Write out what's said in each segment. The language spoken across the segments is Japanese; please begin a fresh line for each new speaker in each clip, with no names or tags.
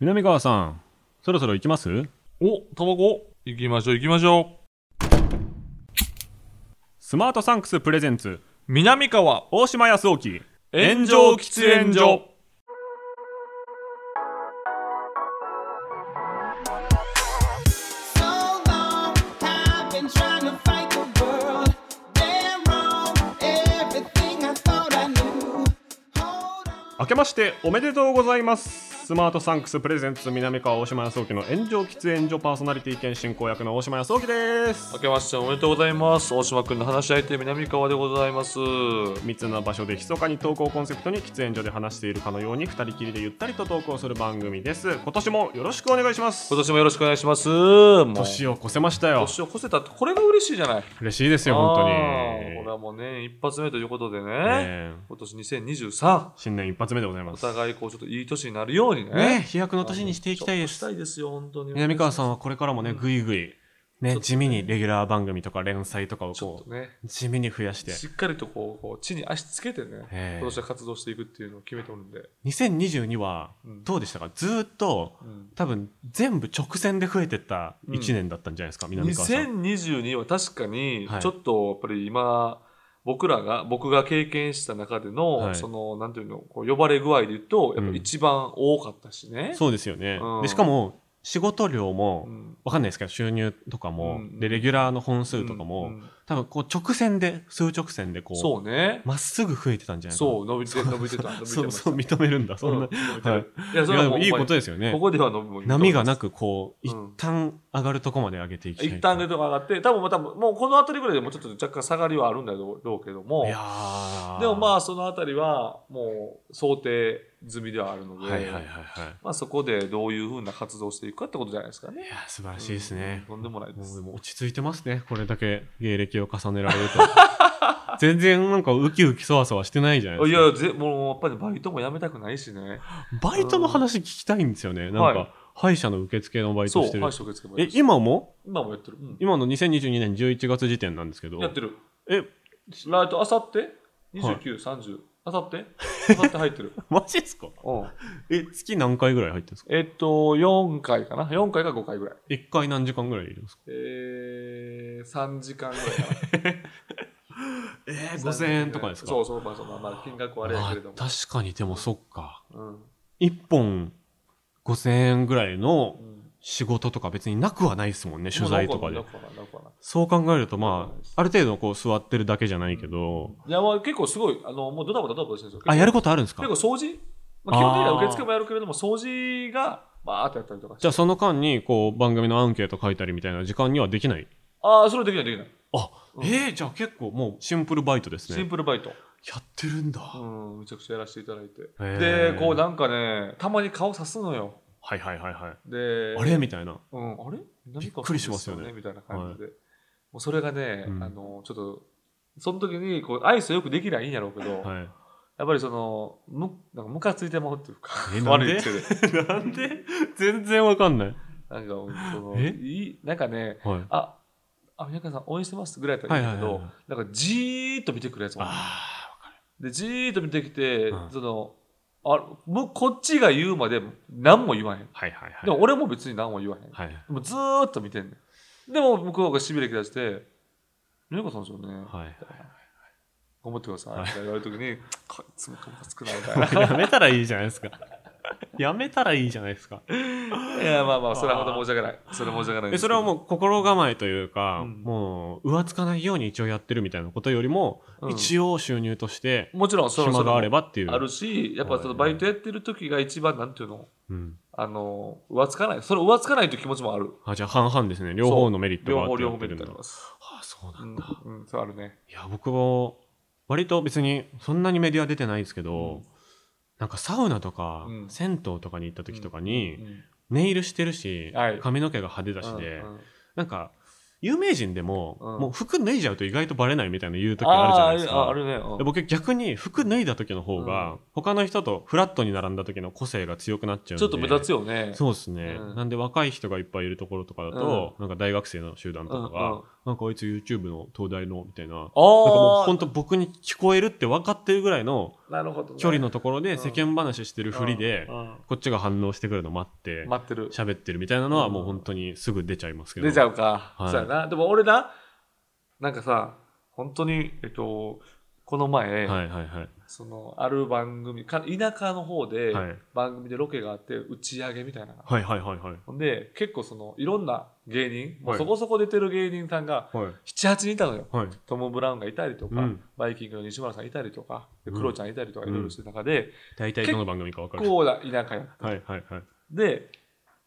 南川さん、そろそろ行きます
お、タバコ行きましょう行きましょ
スマートサンクスプレゼンツ、
う。南川、
大島康沖。
炎上喫煙所。
So long, I've been trying to fight the world. Damn wrong, everything I thought I knew. Hold on.
明けましておめでとうございます。スマートサンクスプレゼンツ南川大島康沖の炎上喫煙所パーソナリティ兼進行役の大島康沖です
明。けましておめでとうございます。大島くんの話し相手、南川でございます。
密な場所で密かに投稿コンセプトに喫煙所で話しているかのように二人きりでゆったりと投稿する番組です。今年もよろしくお願いします。
今年もよろしくお願いします。もう
年を越せましたよ。
年を越せたって、これが嬉しいじゃない。
嬉しいですよ、本当に。
あーこれはもうね、一発目ということでね、
ねえ
今年2023、
新年一発目でございま
お
す。
互いこう、ちょっといい年になるようにね。
ね、飛躍の年にしていきたいで
し
す
た。いですよ、本当に。
南川さんはこれからもね、ぐいぐい、ね、地味にレギュラー番組とか連載とかを
ちょっ
こと
ね、
う、地味に増やして、
しっかりとこう、こう地に足つけてね、
ええ
今年は活動していくっていうのを決めておるんで。
2022は
うん
どうでしたかずーっと、
うん
多分全部直線で増えてった1年だったんじゃないですか、南川さん。
2022は確かに
はい
ちょっとやっぱり今僕らが僕が経験した中での、
はい
そのなんていうのこう呼ばれ具合で言うとやっぱ一番多かったしね。
そうですよね。
うん
でしかも、仕事量
う
も、
ん
わかんないですけど、収入とかも
う、ん
で、レギュラーの本数とかも、
うんうん
多分こう直線で、数直線でこ
そうね
う、。まっすぐ増えてたんじゃないかな。
そう伸びて伸びてた伸びてました
そう、そう、認めるんだ、そんな。
うん
はい
いやそ
いやで
れはも
も
う
いいこと
で
ですよね
こ。こでは伸び
波がなく
く
こう、一
うん
旦上がるとこまで上げていきたい。
一旦でとか上がって多分まあ多分もうこの辺りぐらいでもちょっと若干下がりはあるんだろうけども
いやー
でもまあその辺りはもう想定済みではあるので。
はいはいはいは
まあ、そこでどういうふうな活動をしていくかってことじゃないですか
い。い
ね。
やー素晴らしいですね。
うんとんでもないで
もう
す
で。も落ち着いてますね。これだけ芸歴を重ねられると。 全然なんかウキウキそわそわしてないじゃないで
い
すか。
や、ぜもうやっぱりバイトも辞めたくないしね。
バイトの話聞きたいんですよね。なん
はい
か、歯医者の受付のバイ
そ
ト
う、
してる
はい、。職つけばい
え
い、し
今も
今もやってる。うん
今の2022年11月時点なんですけど。
やってる。
え、
ライト、あさって
はい
?29、30。あさってあさって入って る。
マジですか
うん
え、月何回ぐらい入ってるんですか
えっと、4回かな。4回か5回ぐらい。
?1 回何時間ぐらいいるんですか
えー、3時間ぐらいかな。
えー、5000円とかですか
そうそう、まあ、そうまあまあ、金額はあれやけれども
まあ。確かにでもそっか
うん
1本5000円ぐらいの
うん
仕事とか別になくはないですもんね取材とかで
なくはないなくはない
そう考えるとま
なくはないです
あある程度こう座ってるだけじゃないけど、
いや、まあ、結構すごい、あの、もうドタバタドタバタしてるんですよ。
あやることあるんですか
結構掃除、まあ、基本的に
あ
は
ー
受付もやるけれども掃除がバーってやったりとかして
じゃあその間にこう番組のアンケート書いたりみたいな時間にはできない
ああそれできないできない
あ、
うん
えー、じゃあ結構もうシンプルバイトです
シン
ね
プルバイト、
やってるんだ、
うんめちゃくちゃやらせていただいて
へー
でこうなんかねたまに顔さすのよ
はいはいはいはい
で
あれみたいな
うん、あれ
びっくりしますよね
何かみたいな感じで、もうそれがね、
うん
あのちょっとその時にこうアイスよくできりゃいいんやろうけど、
はい
やっぱりそのむなんかムカついてまうっていうか、
えなん
悪
で
いってで
なんで 全然わかんない、
なんかその
え
いいなんかね
はい、
あ、あ、皆さん応援してますぐらいだったらいいんだけ
はい
ど
はいは、
なんかじーっと見てくるやつも。
あ
で、じーっと見てきて
う、ん
その、あ、もうこっちが言うまで何も言わへん。
ーはいはいはい
でも俺も別に何も言わへん。で
はいはい
もずーっと見てんねん。でも向こうがしびれき出して、美奈子さんですよね。
はい
頑張ってください。
はい
みたいな言われるときに、こいつもムカつくな、みたいな。
やめたらいいじゃないですか。やめたらいいじゃないですか。
いや、まあまあ、それは本当申し訳ない。それは申し訳な
え
いんです
そ
け
れ
ど。
はもう心構えというか、
うん
もう、浮つかないように一応やってるみたいなことよりも、
うん
一応収入として、
もちろん、それ
暇
はそれ
が
も
あればっていう。
あるし、やっぱそのバイトやってる時が一番、なんていうの
うん
あの、浮つかない。それ浮つかないという気持ちもある。
あじゃあ半々ですね。両方のメリット
両
があっ
方、
てやっ
両方
て
メ
る
リ
んだ。
ットあります。
あそうな
うんん
だ。、
うん、そうあるね。
いや、僕も、割と別に、そんなにメディア出てないですけど、なんかサウナとか、
うん
銭湯とかに行った時とか
う
に、
ん
ネイルしてるし、
はい
髪の毛が派手だしで、
うんうん
なんか、有名人でも、
うん
もう服脱いじゃうと意外とバレないみたいな言う時あるじゃない
あーあ
です
る
か。
あるね。うん
で僕逆に服脱いだ時の方が、
うん
他の人とフラットに並んだ時の個性が強くなっちゃうんで
ちょっと目立つよね。
そうですね、
うん
なんで若い人がいっぱいいるところとかだと、なんか大学生の集団とかが、
うんうん
なんかあいつ YouTube の東大のみたいななんかもう
あ
本当僕に聞こえるって分かってるぐらいの
あ、なるほどね、
距離のところで世間話してるふりで
うんうん
こっちが反応してくるの待って
待ってる。
喋ってるみたいなのはもう本当にすぐ出ちゃいますけど
出ちゃうか、
はい
そうやなでも俺ななんかさ本当にえっとこの前、
はいはいはい
そのある番組か田舎の方で
はい
番組でロケがあって打ち上げみたいなのが
はいはいはいはい
ほんで結構そのいろんな芸人、もう
はい
そこそこ出てる芸人さんが
はい
78人いたのよ
はい
トム・ブラウンがいたりとか、
うん
バイキングの西村さんいたりとかで
うん
クロちゃんいたりとかいろいろしてる中で、
大体どの番組か分かる
こうだ田舎や
はいはいはい
で、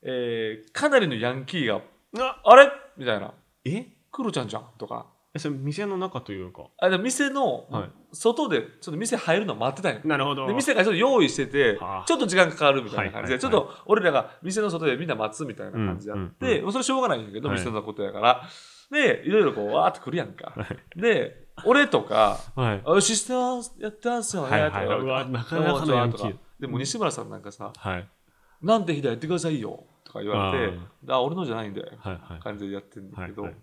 えーかなりのヤンキーが
あ
「あれ?」みたいな
え
「クロちゃんじゃん」とか
えそれ店の中というか
あで店の
は
外でちょっと店入るの待ってたんよ
なるほど
で店がちょっと用意してて
はあ
ちょっと時間かかるみたい
は
な感じで、
いはいはい
ちょっと俺らが店の外でみんな待つみたいな感じであって、
うんうんうん
もうそれしょうがないんやけど、
はい
店のことやからでいろいろこうわーって来るやんか、
はい
で俺とか
はい
あシステムやってますよね、
はいはい
とか
うわなかなかのヤンキー
とかでも西村さんなんかさ
はい
「なんて日だやってくださいよ」とか言われて「あ俺のじゃないんだよ」
はいはい
感じでやってるんだけど、
はいは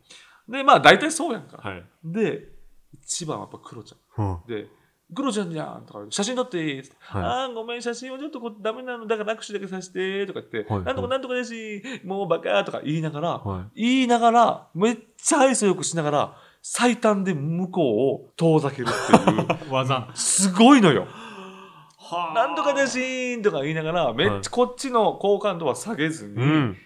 でまあ大体そうやんか、
はい
で一番はやっぱ黒ちゃん
うん
で、グロちゃんじゃんとか、写真撮っていいって、
はい
ああ、ごめん、写真はちょっとこうダメなの、だから握手だけさせてとか言って、
はい
なんとかなんとかだし、もうバカとか言いながら、
は
言いながら、めっちゃ愛想よくしながら、最短で向こうを遠ざけるって いう、
技
すごいのよ。
はあ
なんとかだしーんとか言いながら、めっちゃ、
はい
こっちの好感度は下げずに、
うん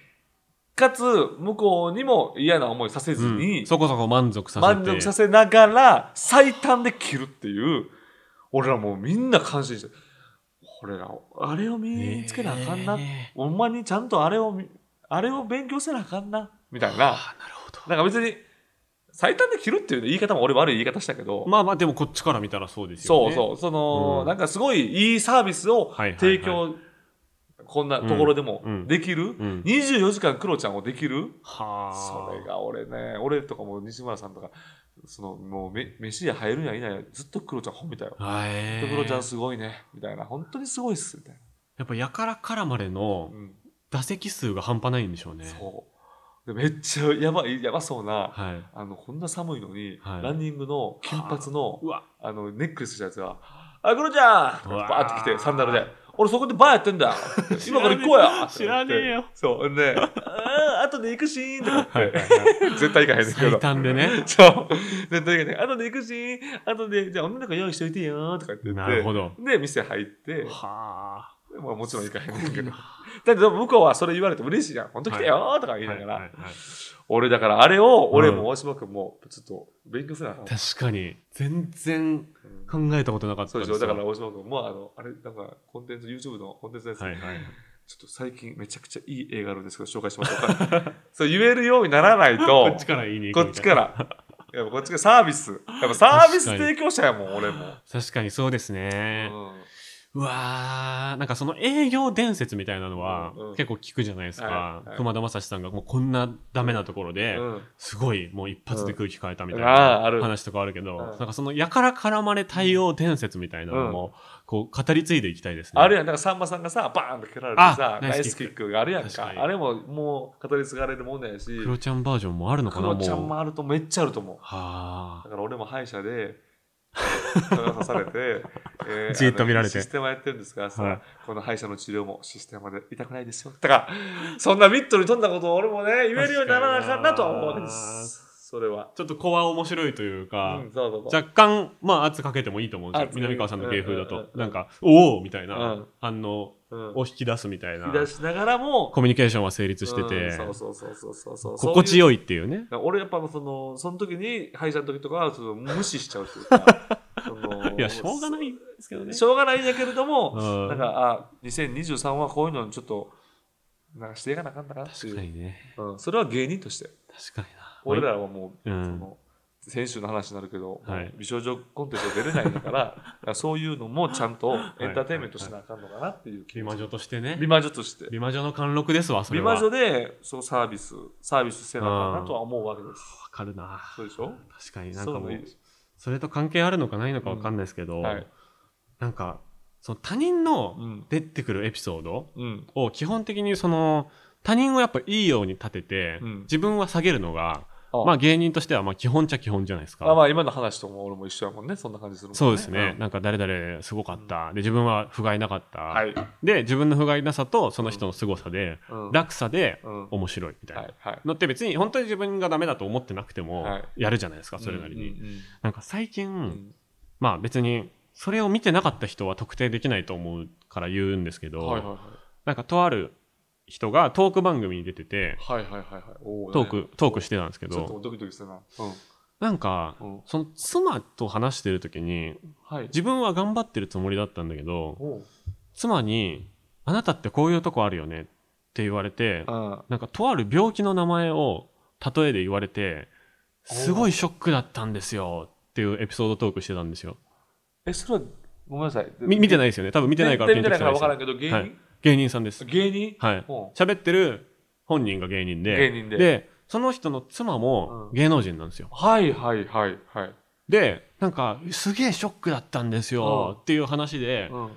かつ、向こうにも嫌な思いさせずに、
うんそこそこ満足させて
満足させながら最短で切るっていう俺らもうみんな感心して俺らあれを身につけなあかんな、
え
ほんまにちゃんとあれをみあれを勉強せなあかんなみたい
ー
な
あなるほど
なんか別に最短で切るっていう言い方も俺悪い言い方したけど、
まあまあでもこっちから見たらそうですよ
そ
ね
うそうその、
うん
なんかすごいいいサービスを
はいはいはい
提供、こんなところでも
うん
でき
う
る、
ん
24時間クロちゃんをできる
はあ
それが俺ね、俺とかも西村さんとか、そのもうめ飯屋入るやいないや、ずっとクロちゃん褒めたよ。
はい
クロちゃんすごいね、みたいな。本当にすごいっす、みたいな。
やっぱやからからまでの
うん、
打席数が半端ないんでしょうね
そう。でめっちゃやばい、やばそうな、
はい
あの、こんな寒いのに、
はい
ランニングの金髪の、
うわ
あの、ネックレスしたやつが、あ、クロちゃん
うわー
バーって来て、サンダルで。俺そこでバーやっ てんだ今から行こうや
知らねえよ
そう、ね、あー後で行くしーん とか
は
言
い
って
はいはい
絶対行かへんねんけど
最短でね
そう。で、とにかく、後で行くし、後で、じゃあ女の子用意しといてよーとか言ってて。
なるほど
で、店入って、
はあ
まあもちろん行かへんねんけど。だってでも向こうはそれ言われて嬉しいじゃん。本当来てよーとか言いながら。
はいはいはい
俺だから、あれを、俺
う
も
ん
大島君も、ちょっと勉強するなあかん。
確かに全然考えたことなかった
そう
で
ですし
よ
ょ。だから大島君も、あの、あれ、なんか、コンテンツ、YouTube のコンテンツです、
はいはい
ちょっと最近めちゃくちゃいい映画あるんですけど、紹介しましょうか。 そう言えるようにならな い
ことっ、ちから言いに行く
こっ
みた
ち
いな
から。やっぱこっちがサービス。やっぱサービス提供者やもん、俺も。
確かにそうですね、
うん
うわーなんかその営業伝説みたいなのは
うんうん
結構聞くじゃないですか、
はいはい
熊田正史さんがもうこんなダメなところで
うん
すごいもう一発で空気変えたみたい
あーあ
な
る
話とかあるけど、
うん
なんかそのやから絡まれ対応伝説みたいなのもこう語り継いでいきたいですね。
あるやん、だからさんまさんがさ、バーンと蹴られてさ
あ、ナ
ナ
イ
イ
ス
ス
キ
キ
ック
ックがあるやん
確
か
か。に
あれももう語り継がれるもんだやし、
クロちゃんバージョンもあるのか
ク
な
ロ
もう
ちゃんもあるとめっちゃあると思う。
は
だから俺も歯医者で、蚊が刺され て、え
じーっと見られて
あのシステマやってるんですが、さ
はい
この歯医者の治療もシステマで痛くないですよ。だから、そんなミットに飛んだことを俺もね、言えるようにならなあかんなとは思うんです。それは
あ。ちょっと子は面白いというか、
うん、そうそうそう。
若干、まあ、圧かけてもいいと思うんですよ
圧
南川さんの芸風だ
うんうん
と
う。ん
なんか、おおみたいうなん反応
うん
を引き出すみたいな
引き。出しながらも、
コミュニケーションは成立して
うん
て、
そうそうそうそうそうそう。
心地よいっていうね。
だから俺やっぱそのその時に歯医者の時とかはその無視しちゃうというかそ の
いや、しょうがないですけどね。
しょうがないんだけれども、
うん
なんかあ2023はこういうのにちょっとなんかしていかなあかんだなってい
確
う、
かにね。
うん、それは芸人として
確かにな。
俺らはもう、
うん
その先週の話になるけど、
はい
もう美少女コンテンツは出れないんだからだからそういうのもちゃんとエンターテインメントしなあかんのかなっていう気
美
持
魔
ち
女としてね
美。魔女として
美魔女の貫禄ですわ、それ
美
は。
魔女でそのサービスサービスせなあかんなとは思うわけです、
わかるな。
そうでしょ
確かになんか
そ
も
ういう
う
のいい、
それと関係あるのかないのかわかんないですけど、
はい
なんか、その他人
う
の
ん
出てくるエピソード、
うん
を基本的にその他人をやっぱいいように立てて、
うん
自分は下げるのが
あ
まあ芸人としてはまあ基本っちゃ基本じゃないですか。
あまあ今の話とも俺も一緒やもんねそんな感じするもんね
そうですね、
ん
なんか誰々すごかった、で自分は不甲斐なかった、
はい
で自分の不甲斐なさとその人の凄さで、
うん
落差で
うん
面白いみたいな、
はいはい
のって別に本当に自分がダメだと思ってなくても
はい
やるじゃないですか、それなりに、なんか最近、
うんうんうん
まあ別にそれを見てなかった人は特定できないと思うから言うんですけど、
はいはい
なんかとある人がトーク番組に出てて
はいはいはいはいはいお
ト
ね
ークトークしてたんですけ
ちょっと
ど
ドキドキするなうん
なんか、
うん
その妻と話してる時に
はい
自分は頑張ってるつもりだったんだけど、
おう
妻に「あなたってこういうとこあるよね」って言われて
うん
なんかとある病気の名前を例えで言われてすごいショックだったんですよっていうエピソードトークしてたんですよ
えそれはごめんなさい
み見てないいですよね多分見てないから
見てないから
ピ
分
ン
から
と
んけど芸
きて
人、
ないですよはい、芸人さんです
芸人
はい
おう
喋ってる本人が芸人で
芸人で
その人の妻も
うん
芸能人なんですよ、
はいはいはいはい
でなんかすげえショックだったんですよっていう話で
うん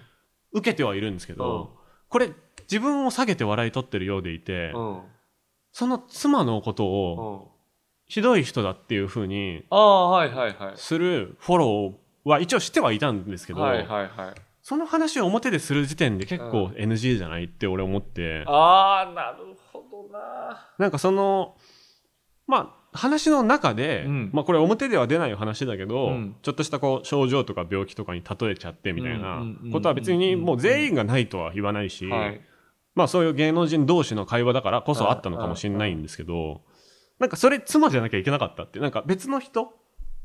受けてはいるんですけど、これ自分を下げて笑い取ってるようでいて、
うんうん
その妻のことを
うん
ひどい人だっていうふうに
ああはいはいはい
するフォローは一応してはいたんですけど、
はいはいはい
その話を表でする時点で結構 NG じゃないって俺思って、
ああなるほどな
なんかそのまあ話の中で、
うん
まあ、これ表では出ない話だけど、
うん
ちょっとしたこう症状とか病気とかに例えちゃってみたいな
うんうんうんうん
ことは別にもう全員がないとは言わないし、
はい
まあそういう芸能人同士の会話だからこそあったのかもしれないんですけど、なんかそれ妻じゃなきゃいけなかったって、なんか別の人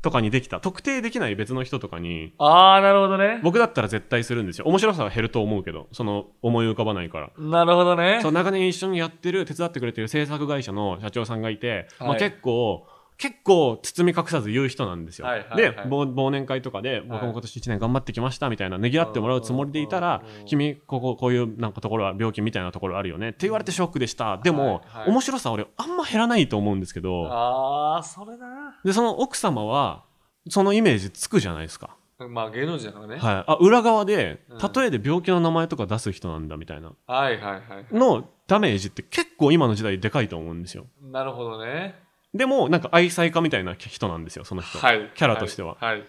とかにできた、特定できない別の人とかに、
ああなるほどね
僕だったら絶対するんですよ。面白さは減ると思うけど、その思い浮かばないから。
なるほど ね
そう長年一緒にやってる、手伝ってくれてる制作会社の社長さんがいて、まあ
はい
結構、結構包み隠さず言う人なんですよ。
はいはいはい
で忘、忘年会とかで、僕も今年1年頑張ってきましたみたいな、ねぎらってもらうつもりでいたら
うんうんうん、
君、ここ、こういうなんかところは病気みたいなところあるよねって言われてショックでした。でも、
はいはい
面白さ俺、あんま減らないと思うんですけど、
ああそれな
で、その奥様は、そのイメージつくじゃないですか。
まあ芸能人だからね
はい。あ、裏側で
うん、
例えで病気の名前とか出す人なんだみたいな、
はいはいはい
のダメージって結構今の時代でかいと思うんですよ。
なるほどね
でも、なんか愛妻家みたいな人なんですよ、その人。
はい
キャラとしては。
はいはい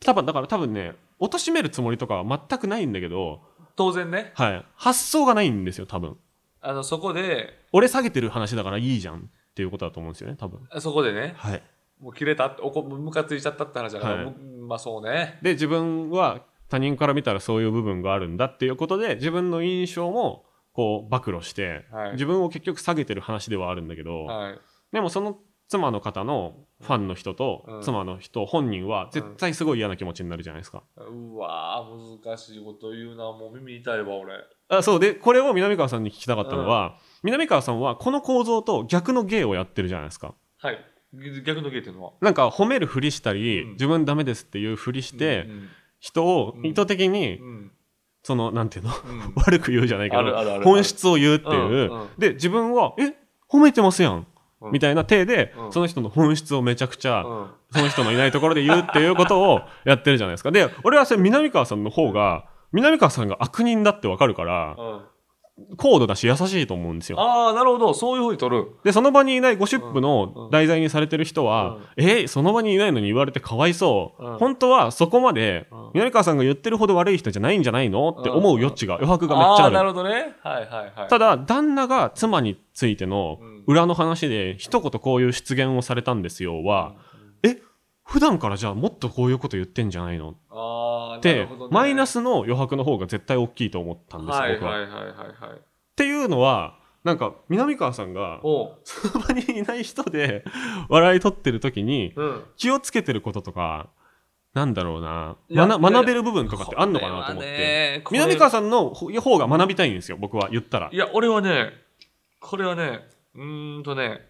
多分、だから多分ね、貶としめるつもりとかは全くないんだけど、
当然ね
はい。発想がないんですよ、多分。
あのそこで
俺下げてる話だからいいじゃんっていうことだと思うんですよね、多分。
そこでね
はい。
もう切れたっておこムカついちゃったって話だから、
はい
むまあそうね
で、自分は他人から見たらそういう部分があるんだっていうことで、自分の印象も、こう、暴露して、
はい
自分を結局下げてる話ではあるんだけど、
はい
でもその妻の方のファンの人
う
と
ん
妻の人本人は絶対すごい嫌な気持ちになるじゃないですか。
うわー難しいこと言うなもう耳痛いわ俺
あそうでこれを南川さんに聞きたかったのは、南川さんはこの構造と逆の芸をやってるじゃないですか。
はい逆の芸っていうのは
なんか褒めるふりしたり、
うん
自分ダメですっていうふりして、
うん
人を
うん
意図的に、
うん
そのなんていうの
うんうん
悪く言うじゃないけど
あるあるある
本質を言うっていう、
うんうん
で自分は「え褒めてますやん」
うん
みたいな体で、
うん
その人の本質をめちゃくちゃ、
うん
その人のいないところで言うっていうことをやってるじゃないですか。で、俺はそれ南川さんの方が、南川さんが悪人だってわかるから、
うん
高度だし優しいと思うんですよ。
ああなるほどそういうふうに取る
で、その場にいないゴシップ
うんう
の
ん
題材にされてる人は、えーその場にいないのに言われてかわいそう。
うん
本当はそこまで
うん、
南川さんが言ってるほど悪い人じゃないんじゃないのって思う余地が、余白がめっちゃ
あ
あ
あー
る。
なるほどねはいはいはい
ただ、旦那が妻についての
うん
裏の話で、一言こういう出現をされたんですよは、え普段からじゃあもっとこういうこと言ってんじゃないのっ
あーな
て
るほどね
マイナスの余白の方が絶対大きいと思ったんですよ、
はい
僕
はい
は。っ
はいはいはい
ていうのはなんか南川さんが
おう
その場にいない人で笑い取ってる時に
うん
気をつけてることとかなんだろうない
や
学
いや
学べる部分とかってあんのかなと思っ
これは
て。
ねこれ
南川さんの方が学びたいんですよ、僕は言ったら
い。や、俺はね、これはね、うーんとね、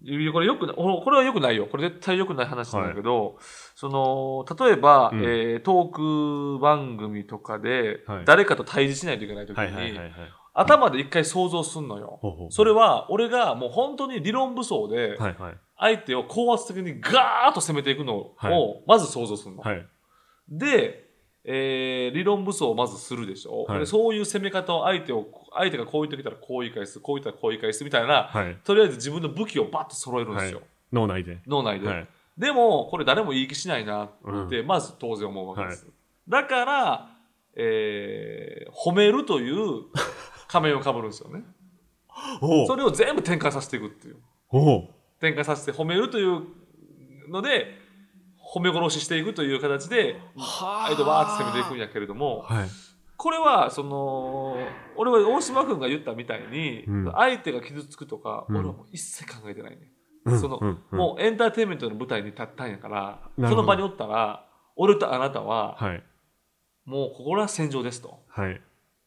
いやこれよくな、ほこれは良くないよ。これ絶対良くない話なんだけど、その、例えば、
うん
えートーク番組とかで
はい、
誰かと対峙しないといけないとき
はいはいはいは
に、
い。
頭で一回想像すんのよ。
ほうほう
それは、俺がもう本当に理論武装で、
はいはい
相手を高圧的にガーッと攻めていくの
はい
を、まず想像するの。
はい
で、えー理論武装をまずするでしょ、
はい
でそういう攻め方を相手を相手がこう言ってきたらこう言い返すこう言ったらこう言い返すみたいな、
はい
とりあえず自分の武器をバッと揃えるんですよ、
脳内で。
脳内で、
はい。
でもこれ誰も言い気しないなってまず当然思うわけです、だから、えー褒めるという仮面をかぶるんですよね
お
そ
お
れを全部転換させていくっていう
おう
転換させて褒めるというので褒め殺ししていくという形で相手をわーって攻めていくんやけれども
はい。
これはその俺は大島君が言ったみたいに、
うん
相手が傷つくとか、
うん
俺はもう一切考えてないね、
うん
その、
うんうん
もうエンターテインメントの舞台に立ったんやから
なる
そ
ほど
の場におったら俺とあなたは
はい。
もうここら戦場ですと
はい。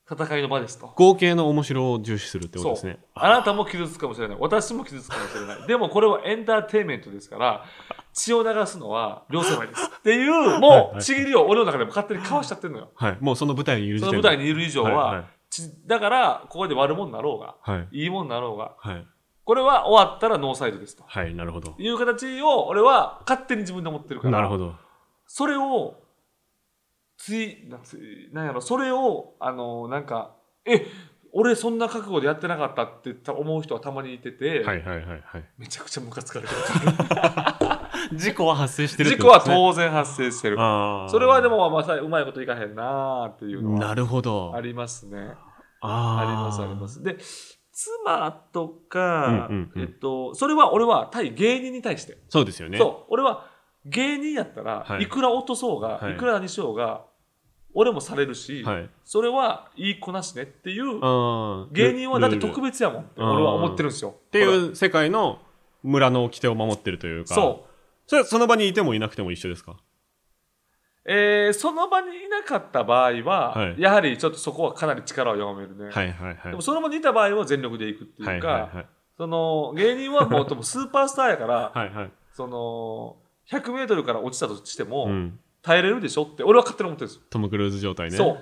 戦いの場ですと。
合計の面白を重視するってこと
そう
ですね。
あなたも傷つくかもしれない私も傷つくかもしれ ないでもこれはエンターテインメントですから血を流すのは両成敗 ですっていう
はい
も
は
う
い
ちぎりを俺の中でも勝手にかわしちゃってるのよ
はい。もうその舞台にいる時
その
点で。
舞台にいる以上は、
はいはい
ちだからここで悪者になろうが
はい。
いいもんなろうが
はい。
これは終わったらノーサイドですと
はい。なるほど。
いう形を俺は勝手に自分で思ってるから
なるほど。
それをついなついなんやろそれをあのなんかえ俺そんな覚悟でやってなかったってた思う人はたまにいてて、
はいはいはいはい。
めちゃくちゃムカつかれて
事故は発生して
る
る
事故は当然発生してる
あー
それはでもまあさうまいこといかへんなーっていうの
な
は
るほど。
ありますね
あ
あ
ー
りますありま。すで妻とか、
うんうんうん
えっと、それは俺は対芸人に対して、
そうですよね。
そう俺は芸人やったら、、
はいい
くら落とそうが、
はい
い、くらにしようが俺もされるし、
はい。
それはいい子なしねっていう
あー
芸人はだって特
ルールっ
別やもんって
うん
俺は思ってるんですよ。って
いう世界の村の掟を守ってるというか。
そう
それはその場にいてもいなくても一緒ですか
えーその場にいなかった場合は、
はい
やはりちょっとそこはかなり力を弱めるね、
はいはいはい。
でもその場にいた場合は全力でいくって
はいいう
か、
はいはい。
その芸人はもうでもスーパースターやから、
はいはい。
その 100m から落ちたとしても、
うん。
耐えれるでしょって俺は勝手に思ってるんですよ、
トム・クルーズ状態ね。
そう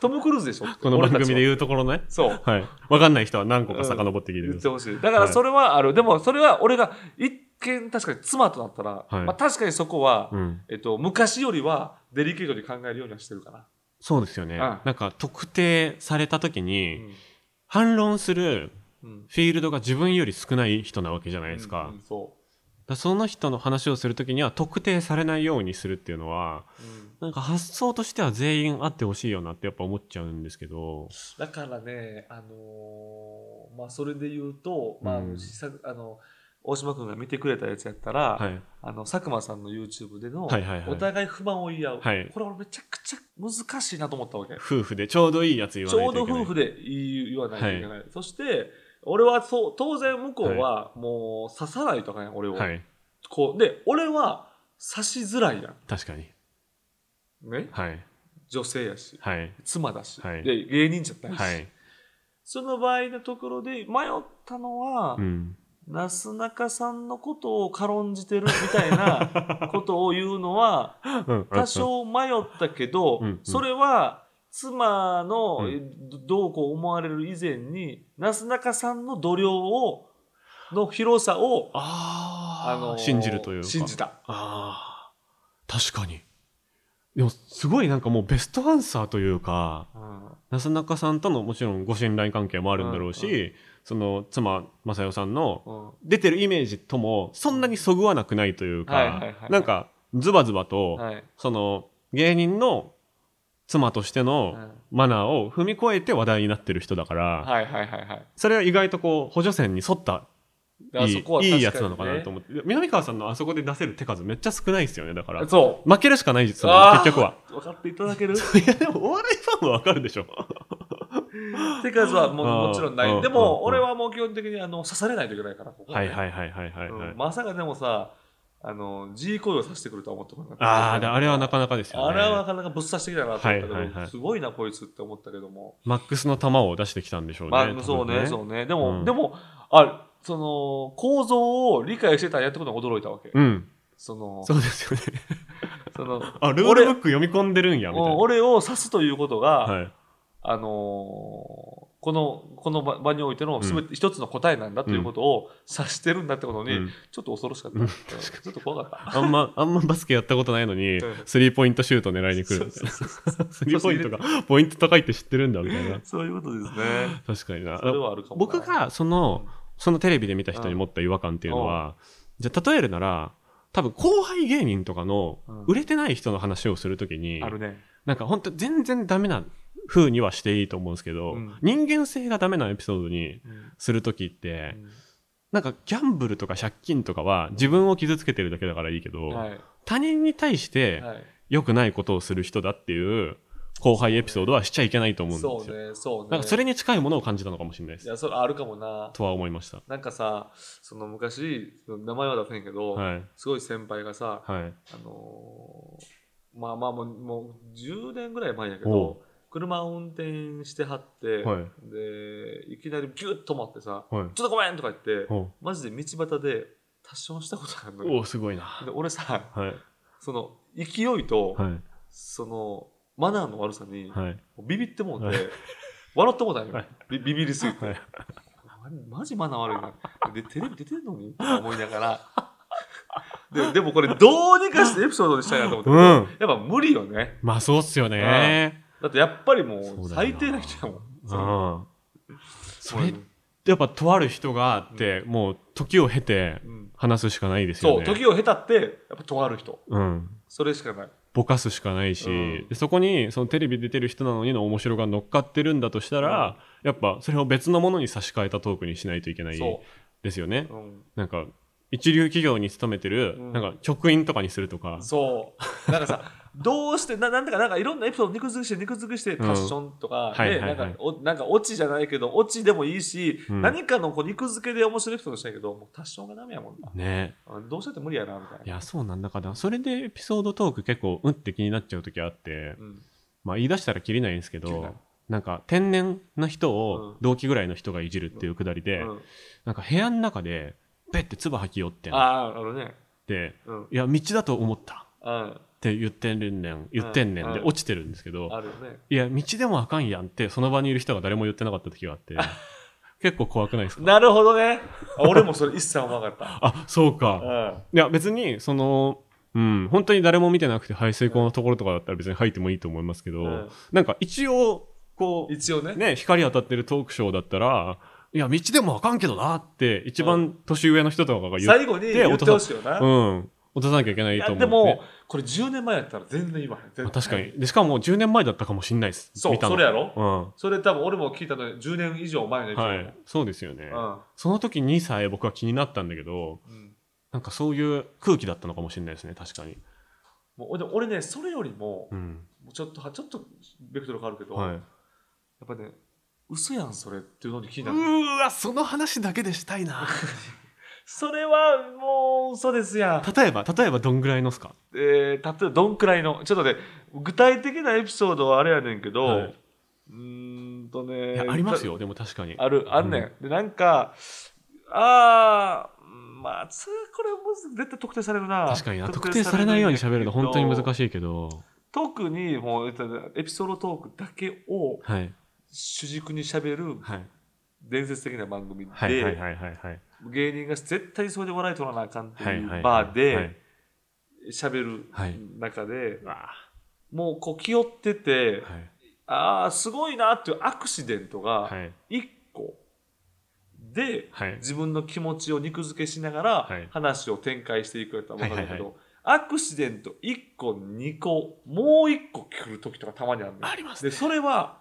トム・クルーズでしょっ て
この番組で
俺たちは
言うところね。
そう
はい。わかんない人は何個か遡って聞いてく
言
だ
って
さい。
ほしいだからそれはある、でもそれは俺が一見確かに妻となったら、
はい
まあ、確かにそこは、
うん。
えっと、昔よりはデリケートに考えるようにはしてるかな、
そうですよね。
ん
なんか特定された時に、
うん
反論する
うん
フィールドが自分より少ない人なわけじゃないですか。
うんうんそ
だからその人の話をするときには特定されないようにするっていうのは、
う、うん
なんか発想としては全員あってほしいよなってやっぱ思っちゃうんですけど。
だからね、あのーまあ、それで言うと、まあ
うん
実際あの大島君が見てくれたやつやったら、
はい。
あの佐久間さんの YouTube での、
はいはいはい
お互い不満を言い合う、
はい
これ俺めちゃくちゃ難しいなと思ったわけ
夫婦でちょうどいいやつ言わ
ち
ない
ょ
と
う
いけな
ど
い。
夫婦で言い言わないといけない、そして俺はそう当然向こうはもう刺さないとかね俺を、
はい。
こうで俺は刺しづらいや
確かに。
ん、ね、
はい。
女性やし
はい。
妻だし、
はい
で芸人じゃないし、
はい。
その場合のところで迷ったのは、
うん。
なすなかさんのことを軽んじてるみた いなことを言うのは
うん
多少迷ったけど
うんうん
それは妻の
うん
えどうこう思われる以前になすなかさんの度量をの広さを、
あ
あ
ー
のー
信じるというか。
信じた
ああ。確かに。でも、すごいなんかもうベストアンサーというか、なすなかさんとのもちろんご信頼関係もあるんだろうし、
うんう
その妻、まさよさんの
うん
出てるイメージともそんなにそぐわなくないという
はいはいはい
か
はい
なんかズバズバと、
はい
その芸人の妻として
う
の
ん
マナーを踏み越えて話題になってる人だから、
はいはいはいはい
それは意外とこう補助線に沿った
だから
い
そこはい
いい
確かにね
いやつなのかなと思って、南川さんのあそこで出せる手数めっちゃ少ないですよねだから
そ
負けるしかないです
う
よ
あ
ね
ー
結局 は。
分かっていただける
いやでもお笑いファンはわかるでしょ。
手数はも
あ
う
ー
もちろん
う
ない
ん
でも
うん
俺はもう基本的にあの刺されないといけないからここは
はい
ね
はいはいはいはい、はい
うんまさかでもさあの G 行為をさせてくるとは思ってもなかった
ああであれはなかなかですよね。
あれはなかなかぶっ刺してきたなと思ったけど、
はいはいはい
すごいなこいつって思ったけども、
マックスの球を出してきたんでしょうね。
まあ、そうね
多分
そうねでも、
うん
でもあその構造を理解してたんやってことに驚いたわけ、
うん。
その
そうですよね。
その
あ、ルールブック読み込んでるんや、みたいな。
俺を刺すということが、
はい。
あのーこのこの場場においての全て一つの答えなんだということを指してるんだってことに、
うん
ちょっと恐ろしかった、ちょっと怖かった
あんま、あんまバスケやったことないのに
うん、。
スリーポイントシュート狙いに来るみたいな。スリーポイントが、ポイント高いって知ってるんだ、みたいな
そういうことですね
確かにな
そ。れはあるかもな
僕が、その、そのテレビで見た人に持った違和感っていうのは、じゃあ例えるなら、多分後輩芸人とかの
うん
売れてない人の話をするときに、
あるね。
なんか本当全然ダメな風にはしていいと思うんですけど、
うん
人間性がダメなエピソードにするときって、なんかギャンブルとか借金とかは自分を傷つけてるだけだからいいけど、
うんはい。
他人に対して
はい。
良くないことをする人だっていう後輩エピソードはしちゃいけないと思うんですよ。
そうね、そうね。
なんかそれに近いものを感じたのかもしれないで
い
す。
や、それあるかもな。
とは思いました。
なんかさ、その昔、名前は出せへんけど、
はい。
すごい先輩がさ、
はい。
あのーまあまあもうもう10年ぐらい前やけ
おう
ど車を運転してはって、
はい
でいきなりギュッと止まってさ「
はい。
ちょっとごめん!」とか言って
おう
マジで道端で達成したことがあるの
お
よ。
う、すごいな。
で俺さ
はい。
その勢いと、
はい。
そのマナーの悪さに、
はい。
ビビってもうて、
はい
笑ってもうたんよ、
はい
ビビビりすぎて、
はい
マジマナー悪いなでテレビ出てんのにって思いながらででもこれどうにかしてエピソードにしたいなと思って、
うん
やっぱ無理よね
まあそうっすよね。
だってやっぱりも
そううだよな
最低な人やもん
う
その
ん。それ
う
っ
ん
てやっぱとある人があって、もう時を経て
うん
話すしかないです
そ
よ
う
ね。
時を経たってやっぱとある人
うん。
それしかない
ぼかすしかないし、
うん
でそこにそのテレビ出てる人なのにの面白が乗っかってるんだとしたら、やっぱそれを別のものに差し替えたトークにしないといけない
そ
ですよね
う、。うん、
なんか一流企業に勤めてる、
うん
なんか局員とかにするとか、
そう。なんか さ、どうして、ななんだか、なんかいろんなエピソード肉付くして、肉付くして、
ん
パッションとか、
はい
ね
はいはい
なんか、おなんか、オチじゃないけど、オチでもいいし、
うん
何かのこう肉付けで面白いエピソードしたいけど、もうパッションがダメやもんな。
ね
あどうしたって無理やな、みたいな。
いやそうなんだからそれでエピソードトーク結構うんって気になっちゃう時あって、
うん。
まあ言い出したらきりないんですけ
切れな
ど
い
なんか天然な人
う
を
ん
同期ぐらいの人がいじるっていうくだりで、
うん
なんか部屋の中でペッて唾吐きよって
あ
なっ
あ、あのね。
て
うん。
いや道だと思った
あ
って言ってんねん言ってんねんで
うん
落ちてるんですけど、
あるよね。
いや道でもあかんやんってその場にいる人が誰も言ってなかった時があって結構怖くないですか
なるほ どね。あ俺もそれ一切思わなかっ
あそう
た。
か
うん。
いや別にそのうん本当に誰も見てなくて排水溝のところとかだったら別に入ってもいいと思いますけど、
うん
なんか一応こ
一応ね。
うね光当たってるトークショーだったらいや道でもあかんけどなって一番年上の人とかが言って、
最後に言ってほしいよな。
うん、落とさなきゃいけないいと
や
思う
で
んね
も、これ10年前やったら全然言わへん。絶
まあ
対
確か。にでしかも10年前だったかもしんないです
そう、
見たの
それやろ。
うん
それ多分俺も聞いたのに10年以上前のエピソード
は
やもん
い、そうですよね、
うん
その時にさえ僕は気になったんだけど
うん
なんかそういう空気だったのかもしれないですね確かに、
もう俺俺ねそれよりも
うん
もうちょっとはちょっとベクトル変わるけど、
はい、
やっぱね嘘やんそれっていうのに気になる、
ーわその話だけでしたいな
それはもう嘘ですやん、
例えば例えばどんぐらいのっすか
えー、例えばどんくらいのちょっとね具体的なエピソードはあれやねんけど、
はいう
ーんと
い
ね
やありますよでも確かに
あるあんねん、でなんかあーまあつこれはもう絶対特定されるな
確かにな特定されないように喋るの本当に難
い
しいけど
特にもうえっとエピソードトークだけを
はい
主軸に喋る
はい
伝説的な番組で、
はいはいはいはいはい
芸人が絶対それで笑い取らなあかんって
はいいは
う
い
バー
は
で
い
喋る
はい
中で、
わ
もうこう気負ってて、
あはい
ああすごいなっていうアクシデントが
はい
1個で、
はい
自分の気持ちを肉付けしながら
はい
話を展開していくやったら分かるけど、
はいはい
アクシデント1個2個もう1個来る時とかたまにあるのよ
あります
でそれは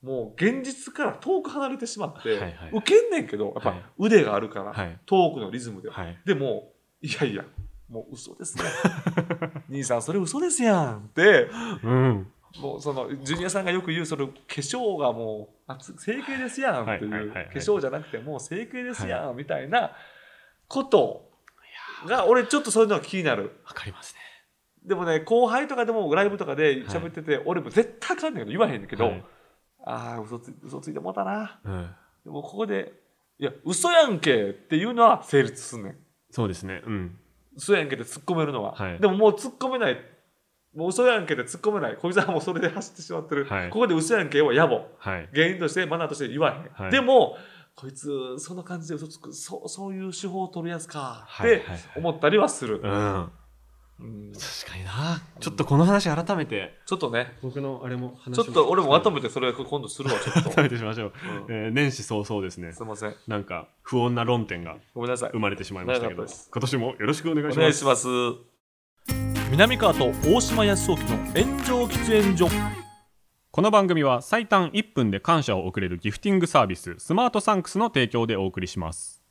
もう現実から遠く離れてしまって、
はいはい
受けんねんけどやっぱ
はい
腕があるから、
はい
トークのリズムでは、
はい
でもいやいやもう嘘 ですね兄さんそれ嘘ですやんって
うん
もうそのジュニアさんがよく言うその化粧がもうあつ整形ですやんって
はいはいいうはいはい
化粧じゃなくてもう整形ですやんみたいなことが俺ちょっとそういうのが気になる
わかりますね
でもね後輩とかでもライブとかで喋ってて、俺も絶対あかんねんけど言わへんねんけど、
はい
ああ嘘つ嘘ついてもうたな
うん
でもここで「いや嘘やんけ」っていうのは成立すんねん
そうですねうん
嘘やんけって突っ込めるのは、
はい
でももう突っ込めないもう嘘やんけって突っ込めない小木さんはもうそれで走ってしまってる、
はい
ここで嘘やんけは野暮
はい
原因としてマナーとして言わへん、
はい
でもこいつそんな感じで嘘つくそうそういう手法を取るやつか
は
っ
いはい
て思ったりはする、
うん
うんち
確かになちょっとこの話改めて
ょっとね、
僕のあれも話
ちょっと俺も改
め
めてそれ今度するわ、ちょっと。
改めてしましょう、
う
えー年始早々ですね
んすいません。
なんか不穏な論点が
ごめんなさい
生。まれてしまいましたけど
長かったです
今年もよろしくお願い
お
しま
願い
す
します。南川と大島康沖の炎上喫煙所。
この番組は最短1分で感謝を送れるギフティングサービススマートサンクスの提供でお送りします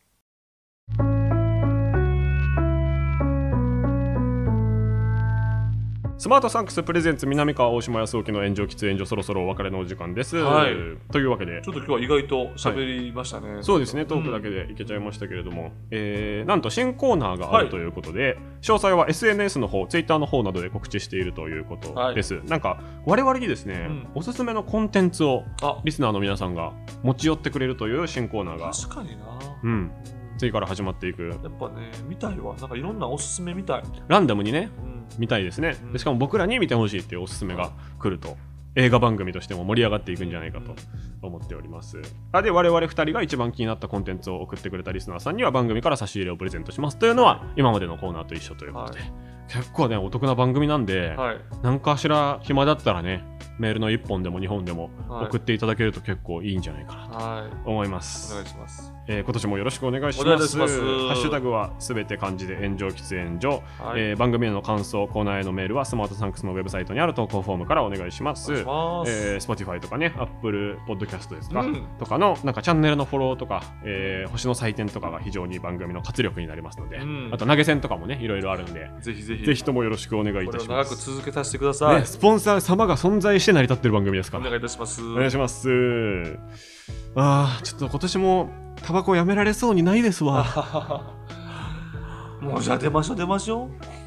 スマートサンクスプレゼンツ南川大島康沖の炎上喫煙所そろそろお別れのお時間です、
はい
というわけで
ちょっと今日は意外と喋りましたね。
そうですねトークだけでいけちゃいましたけれども、えーなんと新コーナーがあ
は
る
い
ということで、詳細は SNS の方 Twitter の方などで告知しているということです、なんか我々にですね、
うん
おすすめのコンテンツを
あ、
リスナーの皆さんが持ち寄ってくれるという新コーナーが、
確かにな。
うん、次から始まっていく
やっぱね、見たいわ。なんかいろんなおすすめ見たい。
ランダムにね
うん
見たいですね
うん
でしかも僕らに見てほしいっていうおすすめが来ると映画番組としても盛り上がっていくんじゃないかと思っておりますあで我々2人が一番気になったコンテンツを送ってくれたリスナーさんには番組から差し入れをプレゼントしますというのは今までのコーナーと一緒ということで、
は
結構ねお得な番組なんで、
はい。
何かしら暇だったらねメールの1本でも2本でも
はい
送っていただけると結構いいんじゃないかなと
はい。
思いま
お
す、
願いします。
えー今年もよろしくお願いし
お願
ま
いい
す。
たします
ハッシュタグはすべて漢字で炎上喫煙所、
はい。
えー番組への感想、コーナーへのメールはスマートサンクスのウェブサイトにある投稿フォームからお願いします。
お願いします
えー Spotify とかね、Apple Podcast ですか、
うん
とかのなんかチャンネルのフォローとか、えー星の採点とかが非常に番組の活力になりますので、
うん
あと投げ銭とかもね、いろいろあるんで、
ぜひぜひ。
ぜひともよろしくお願いい
こ
た
れを
しま
長く
す。
続けさせてください。
ね、スポンサー様が存在して成り立ってる番組ですか
お
ら。
願いいたします。
お願いします。ああ、ちょっと今年もタバコやめられそうにないですわ。
もうじゃあ出ましょう出ましょう。